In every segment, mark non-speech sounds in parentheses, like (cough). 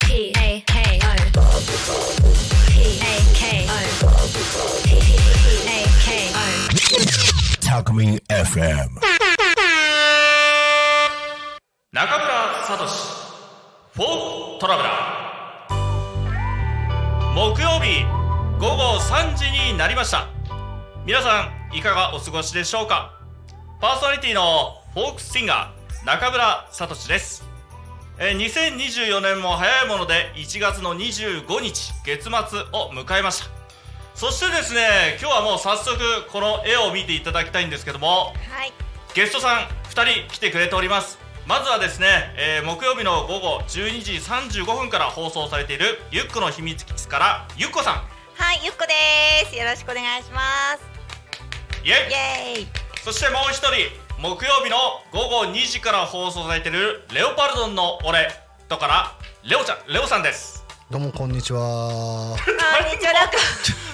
P A K O. P A K O. P A K O. Talking FM. 中村聡フォートラブラー木曜日午後3時になりました皆さんいかがお過ごしでしょうかパーソナリティのフォークシンガー中村聡ですえー2024年も早いもので1月の25日月末を迎えましたそしてですね今日はもう早速この絵を見ていただきたいんですけどもはい。ゲストさん2人来てくれておりますまずはですね、えー木曜日の午後12時35分から放送されている「ゆっこの秘密基地」からゆっこさんはい、ゆっこです。よろしくお願いします。イエイイエー (laughs) イ。そしてもう一人木曜日の午後2時から放送されている「レオパルドンの俺」とからレオちゃんレオさんですどうもこんにちは。こんにちは、なんか。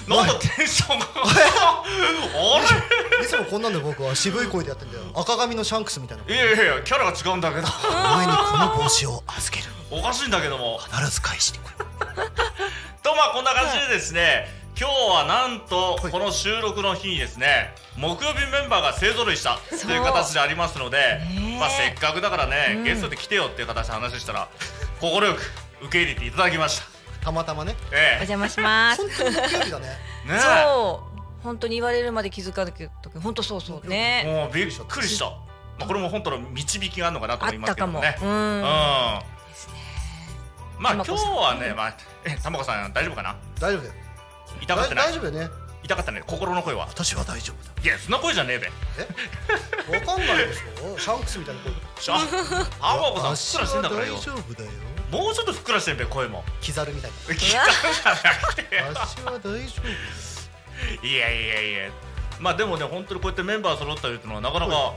なんかテンションが (laughs) あいつもこんなんで僕は渋い声でやってんだよ。赤髪のシャンクスみたいな。れいやいやいやキャラが違うんだけどお前にこの帽子を預ける。おかしいんだけども必ず返してこい。とまあこんな感じでですね、今日はなんとはいこの収録の日にですね木曜日メンバーが勢ぞろいしたという形でありますので、えまあ、せっかくだからね、んゲストで来てよっていう形で話したら快く受け入れていただきました。たまたまね。おえ邪魔します本。当に木曜日だね。え、ねそう。本当に言われるまで気づかなきゃったけど、本当そうそうえね。もうびっくりした、まあ、これも本当の導きがあるのかなとあ思いっますたけどかもも。ね。ううんん。まあ今たま日こさんはね、まあ、え、たまこさん大丈夫かな大丈夫だよ。痛がってな大い丈夫だよね。痛かったね、心の声は。私は大丈夫だ。いや、そんな声じゃねえべ。え？わかんないでしょ。シャンクスみたいな声。あ、あわこさん、ふっ私くらしてんだからよは。大丈夫だよ。もうちょっとふっくらしてんべ声もキザルみたい聞いたんじゃなくてな。私は大丈夫だよ。いやいやいやまあでもね本当にこうやってメンバー揃ったりっていうのはなかなか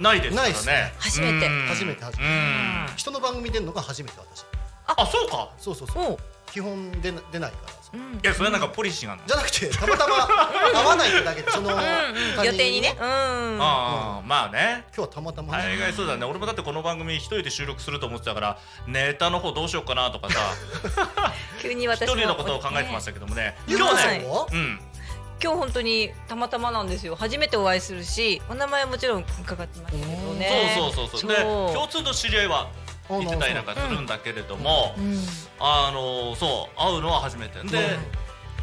ないですからないねですね初めてうん初めて初めてうん人の番組出るのが初めて私。あそうかそうそうそう。おう。基本出な出ないからさ。うんい。やそれはなんかポリシーがあるのじゃなくてたまたま合わないってだけでそのうんうん予定にね。。うん。ああまあね今日はたまたまね。大概そうだね俺もだってこの番組一人で収録すると思ってたからネタの方どうしようかなとかさ急に一 (laughs) 私も。人のことを考えてましたねけどもねゆ今うこ日さはねんはうん今日本当にたまたまなんですよ。初めてお会いするし、お名前はもちろん伺ってましたけどね。そうそうそうそうで共通の知り合いはあいてたりなんかするんだけれども、うん。あのそう会うのは初めてで、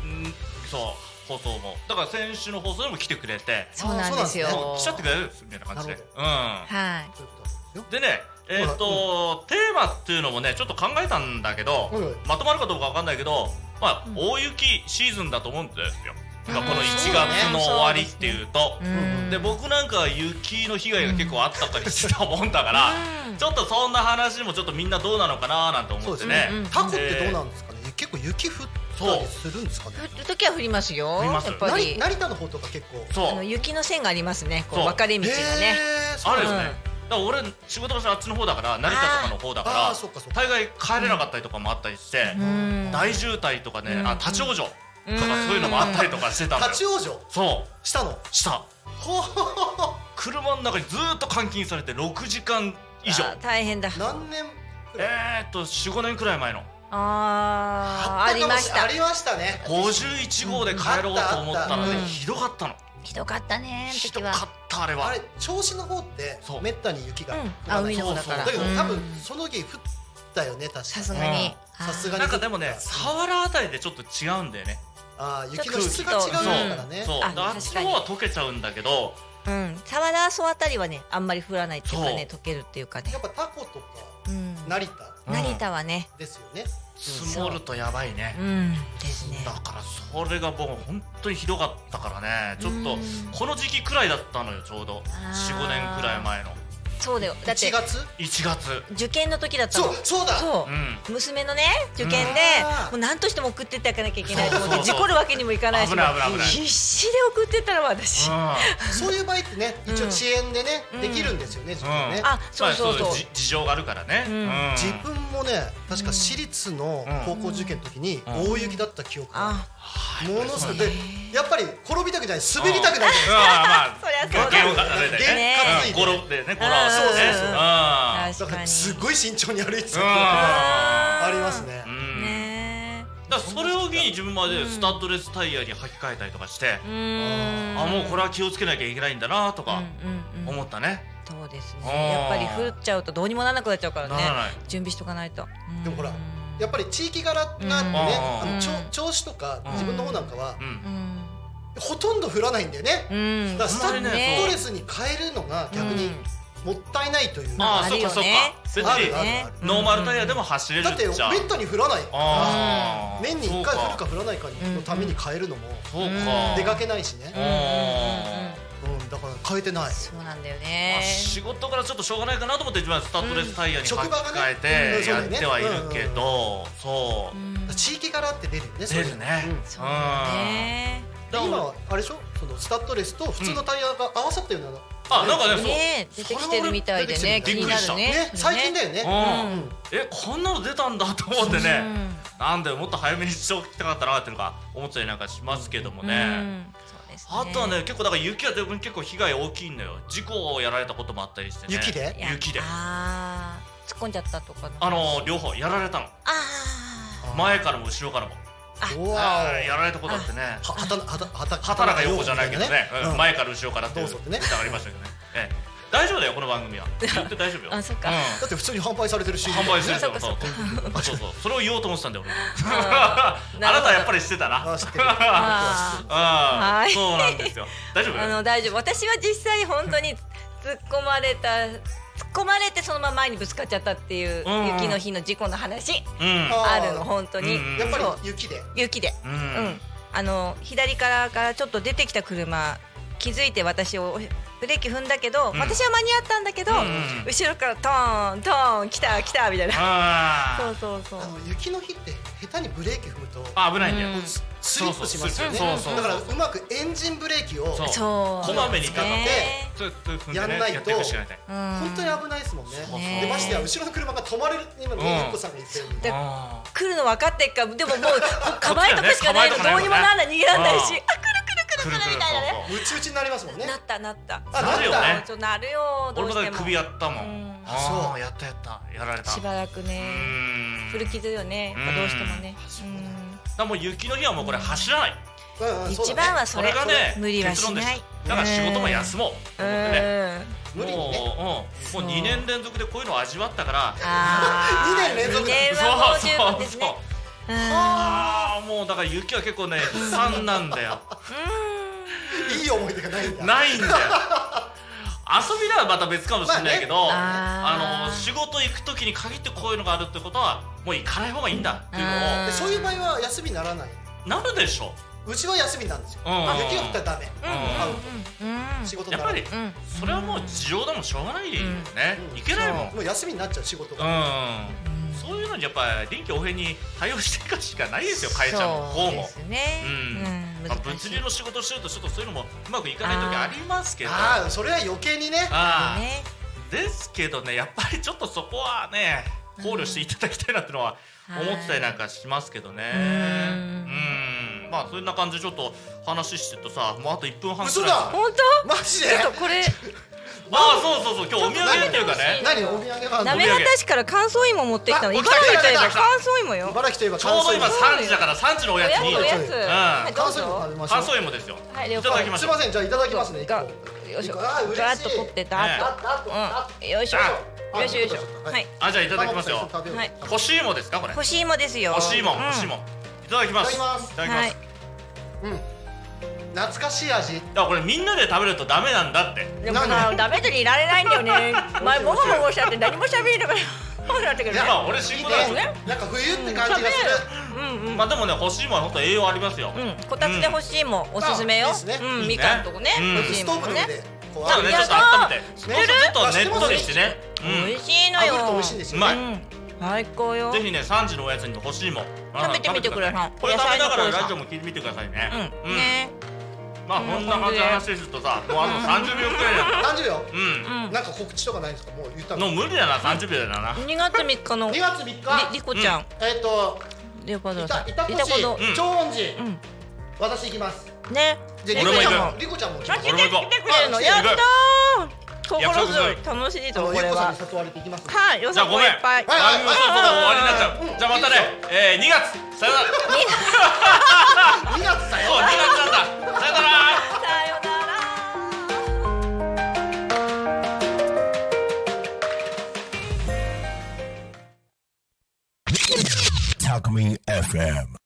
うんそう放送もだから先週の放送でも来てくれてそうなんですよ。あもう来ちゃってくれるみたいな感じで、なるうはい。そういうことですよん、でねえーっと、テーマっていうのもねちょっと考えたんだけど、はいはいまとまるかどうかわかんないけど、まあうん大雪シーズンだと思うんですよ、うんこの1月の終わりっていうと。うんで僕なんかは雪の被害が結構あったりしてたもんだから、うんちょっとそんな話もちょっとみんなどうなのかななんて思ってねそうですねうんタコってどうなんですかね、結構雪降ったりするんですかね降る時は降りますよ。降りますやっぱ成り。成田の方とか結構そうあの雪の線がありますね。こそうう分かれ道がね。へーそうあなるんよだね、うんだから俺仕事場所あっちの方だから成田とかの方だかあらーそっかそっか大概帰れなかったりとかもあったりして、うん大渋滞とかね、うあん立ち往生とかそううんいうのもあったりとかしてたんだよ立ち往生そうしたのしたほー車の中にずーっと監禁されて6時間以上あー大変だ。何年くらいえー、っと45年くらい前のあーあったりかもましれなたいあ。りましたね51号で帰ろうと思ったらねうんひどかったの (laughs) ひどかったねひどかったあれはあれ銚子の方ってそうめったに雪がう降ん。あらない海の方だから。だけど多分うんその時降ったよね確かにさすがに。うんさすがになんかでもね佐原あたりでちょっと違うんだよねあーち雪ょっのと質が違うからねそうだあからあっちの確かに方は溶けちゃうんだけどあーうん。沢田阿あたりはねあんまり降らないっていうかね溶けるっていうかねや。っぱタコとかうん。成田うん成田はね。ですよね積もるとやばいねうん。ですね。だからそれがもう本当にひどかったからねちょっうとんこの時期くらいだったのよちょうどあー45年くらい前のそうだよ。だって1月1月受験の時だったそのう。そうだそうう。ん娘のね受験でうんあもーう何としても送ってってあげなきゃいけないと思っそうてそ事うそう故るわけにもいかないし危ない危ない危ない必死で送ってったら私うんあそういう場合ってね、うん一応遅延でね、うんできるんですよね、自分ね。そうそうそうまあじ事情があるからねうんうん自分もね、確か私立の高校受験の時にうん大雪だった記憶がある。あものすごいでやっぱり転びたくない滑りたくないうんまあそりゃそうまあだ弦を担いでねねうんゴロでねゴロうんそうそうそうあだ確かからにすごい慎重に歩いてたああーりますねうんねだからそれを機に自分までスタッドレスタイヤに履き替えたりとかして、えうーんあもうこれは気をつけなきゃいけないんだなとかうんうんうん思ったね、そうですあねやっぱーり降っちゃうとどうにもならなくなっちゃうからねならない準備しとかないとでもほらうんやっぱり地域柄なんでねうんあのちょうん調子とかうん自分の方なんかはうんうんほとんど降らないんだよねうんだからスタあんッまドりねレスに変えるのが逆にもったいないというあかああそるっよかねそっか別あるにあるねあるノーマルタイヤでも走れるだってっちゃめったに降らないあー年に1回降るか降らないかにのために変えるのもそうか出かけないしねうんあうんだから変えてないそうなんだよーね仕事からちょっとしょうがないかなと思って自分はスタッドレスタイヤに履きうん職場がね替えうんてそうだやっよねてはいるけど、そううん地域柄って出るよねそれ出るね、うんそうだねで今はあれでしょそのスタッドレスと普通のタイヤが合わさったようなのあなんかねそうね出てきてるみたいでねそ気れにはな俺るねね最近だよよねうんうんえこんなの出たんだと思ってね、なんでもっと早めにしておきたかったなっていうのが思ったりなんかしますけどもね、そうですあとはね結構だから雪はでも結構被害大きいんだよ事故をやられたこともあったりしてね雪でいや雪であー突っ込んじゃったとかあの両方やられたのあ前からも後ろからもうわあーーやられたことあってねはたはたはた畑中陽子じゃないけどね、うん前から後ろからっていうどうぞってねネタありましたけどね、ええ、大丈夫だよこの番 (laughs) 組は言って大丈夫よあそっかうんだって普通に販売されてるし販売するんだそよっかそそうっか (laughs) そうそうそうそれを言おうと思ってたんだよ俺あーなるなたほどはやっぱりしてたなあ知ってる (laughs) ああはあいそうなんですよ大丈夫ーあの大丈夫私は実際本当に突っ込まれた突っ込まれてそのまま前にぶつかっちゃったっていううん雪の日の事故の話うんああるの本当にうんやっぱそうり雪で雪でううん、んあの左からからちょっと出てきた車気づいて私をブレーキ踏んだけど、うん私は間に合ったんだけど、うんうんうん後ろからトーントーン来た来たみたいなあそうーそうそうあの雪の日って下手にブレーキ踏むとあ危ないんだようんススリップしますよねそうそうそうそうだからうまくエンジンブレーキをそうそうこまめにかかってねちょっと踏んやでねんないとやっていくしかないねうん本当に危ないですもんねうねでましてや後ろの車が止まれる今のゆっこさんが言ったようにであー来るの分かってっからでももうもう構えとくし (laughs) かないのこっちどはねうにもならない逃げらんないうんしあ来る来る来る来るみたいなねムチ打ちになりますもんねなったなったあなるよねなそうちょっとなるよど俺うもだしってても首やったもん、うんあーそうやったやったやられたしばらくうねん古傷よねやっぱどうしてもねうんだからもう雪の日はもうこれ走らないうんうんそ一うだね番はそそれれがね無理はし結な論いですだから仕事も休もうと思ってね無理にねもう,、そうん、もうう2年連続でこういうのを味わったからあー二年連続二年はもう十分ですねうんああもうだから雪は結構ね悲惨なんだよいい思い出がないんだないんだよ遊びならまた別かもしれないけど、まあねああーの仕事行く時に限ってこういうのがあるってことはもう行かない方がいいんだっていうのうでそういう場合は休みにならないうをなるでしょうちは休みなんですようんうんうん雪が降ったらダメアウうんト仕事にやっなぱらなりいうんそれはもう事情だもんしょうがないよね、うんいけないもんもう休みになっちゃう仕事がうんそういうのにやっぱ臨機応変に対応していくしかないですよ会社も方そうでもす。ねうんうんまあ、難し物い流の仕事をしてるとちょっとそういうのもうまくいかない時ありますけどああそれは余計にねああねですけどねやっぱりちょっとそこはね考慮していただきたいなってのはうん思ってたりなんかしますけどねうんまあそんな感じでちょっと話してるとさもうあと1分半く嘘らいだ本マジで当ちょっとこれああそうそうそう今日お土産っていうかね何お土産はなめららかしから乾燥芋持ってきたのあ茨城といえば来た来た来た乾燥芋よ茨城といえばちょうど今乾燥3時だから3時のおおややつつにおやうつんはいど乾う燥芋食ぞべましょう乾燥芋ですよはいいた了だ解きましすょいうませんじゃあいただきますねがよいしょあ嬉しいガーッと取ってたねああとあうんよいしょあよいしょよいしょあはいあじゃあいただきますよ食べようはいい干し芋ですかこれ干し芋ですよ干し芋うん干し芋いただきますいただきますいただきます懐かしい味だからこれみんなで食べるとダメなんだってでもなんなでダメでにいられないんだよ (laughs) ね。前もごもごしちゃって何も喋れなくなってくるねい。や俺新いい婚なんですねよなんか冬って感じがするうんうん。まあでもね干し芋は本当栄養ありますようん、こたつで欲しいもんおすすめよあいいっすね。ういいねん、みかんとこねうん、欲しいストもーブんの上ね。でこうそうねちょっと温めてそうするとねっとりしてね美う味しいの炙ると美よ。味しいんですんうよまういん、最高よ。ぜひね3時のおやつに干し芋食べてみてくださいこれ食べながら野菜のコーナーラジオも聞いてみてくださいねうん、ね、まあこんな感じで話するとさもうあと30秒くらいだよ何十秒ううん。なんか告知とかないんですかもう言ったんのの2無理だな30秒だな2月3日のり月3日りこちゃん、えっとりょうかどいうさたん、いたこ市ど長音寺うん、私行きますね。じゃあえリ俺も行コちくゃんもリコちゃんも来あ、ます来俺ても行こう来てくれるの。あやっ来てたー。約束す心強いる。楽しいあとのこゆっれこさんはに。誘われていきますはい、よじゃさあこごめんいっぱい。はいあもうそろそろ終わりになっちゃううんじゃあまたねえー2月さよなら2月だよそう2月なんださよならさよなら。 Talk Me FM.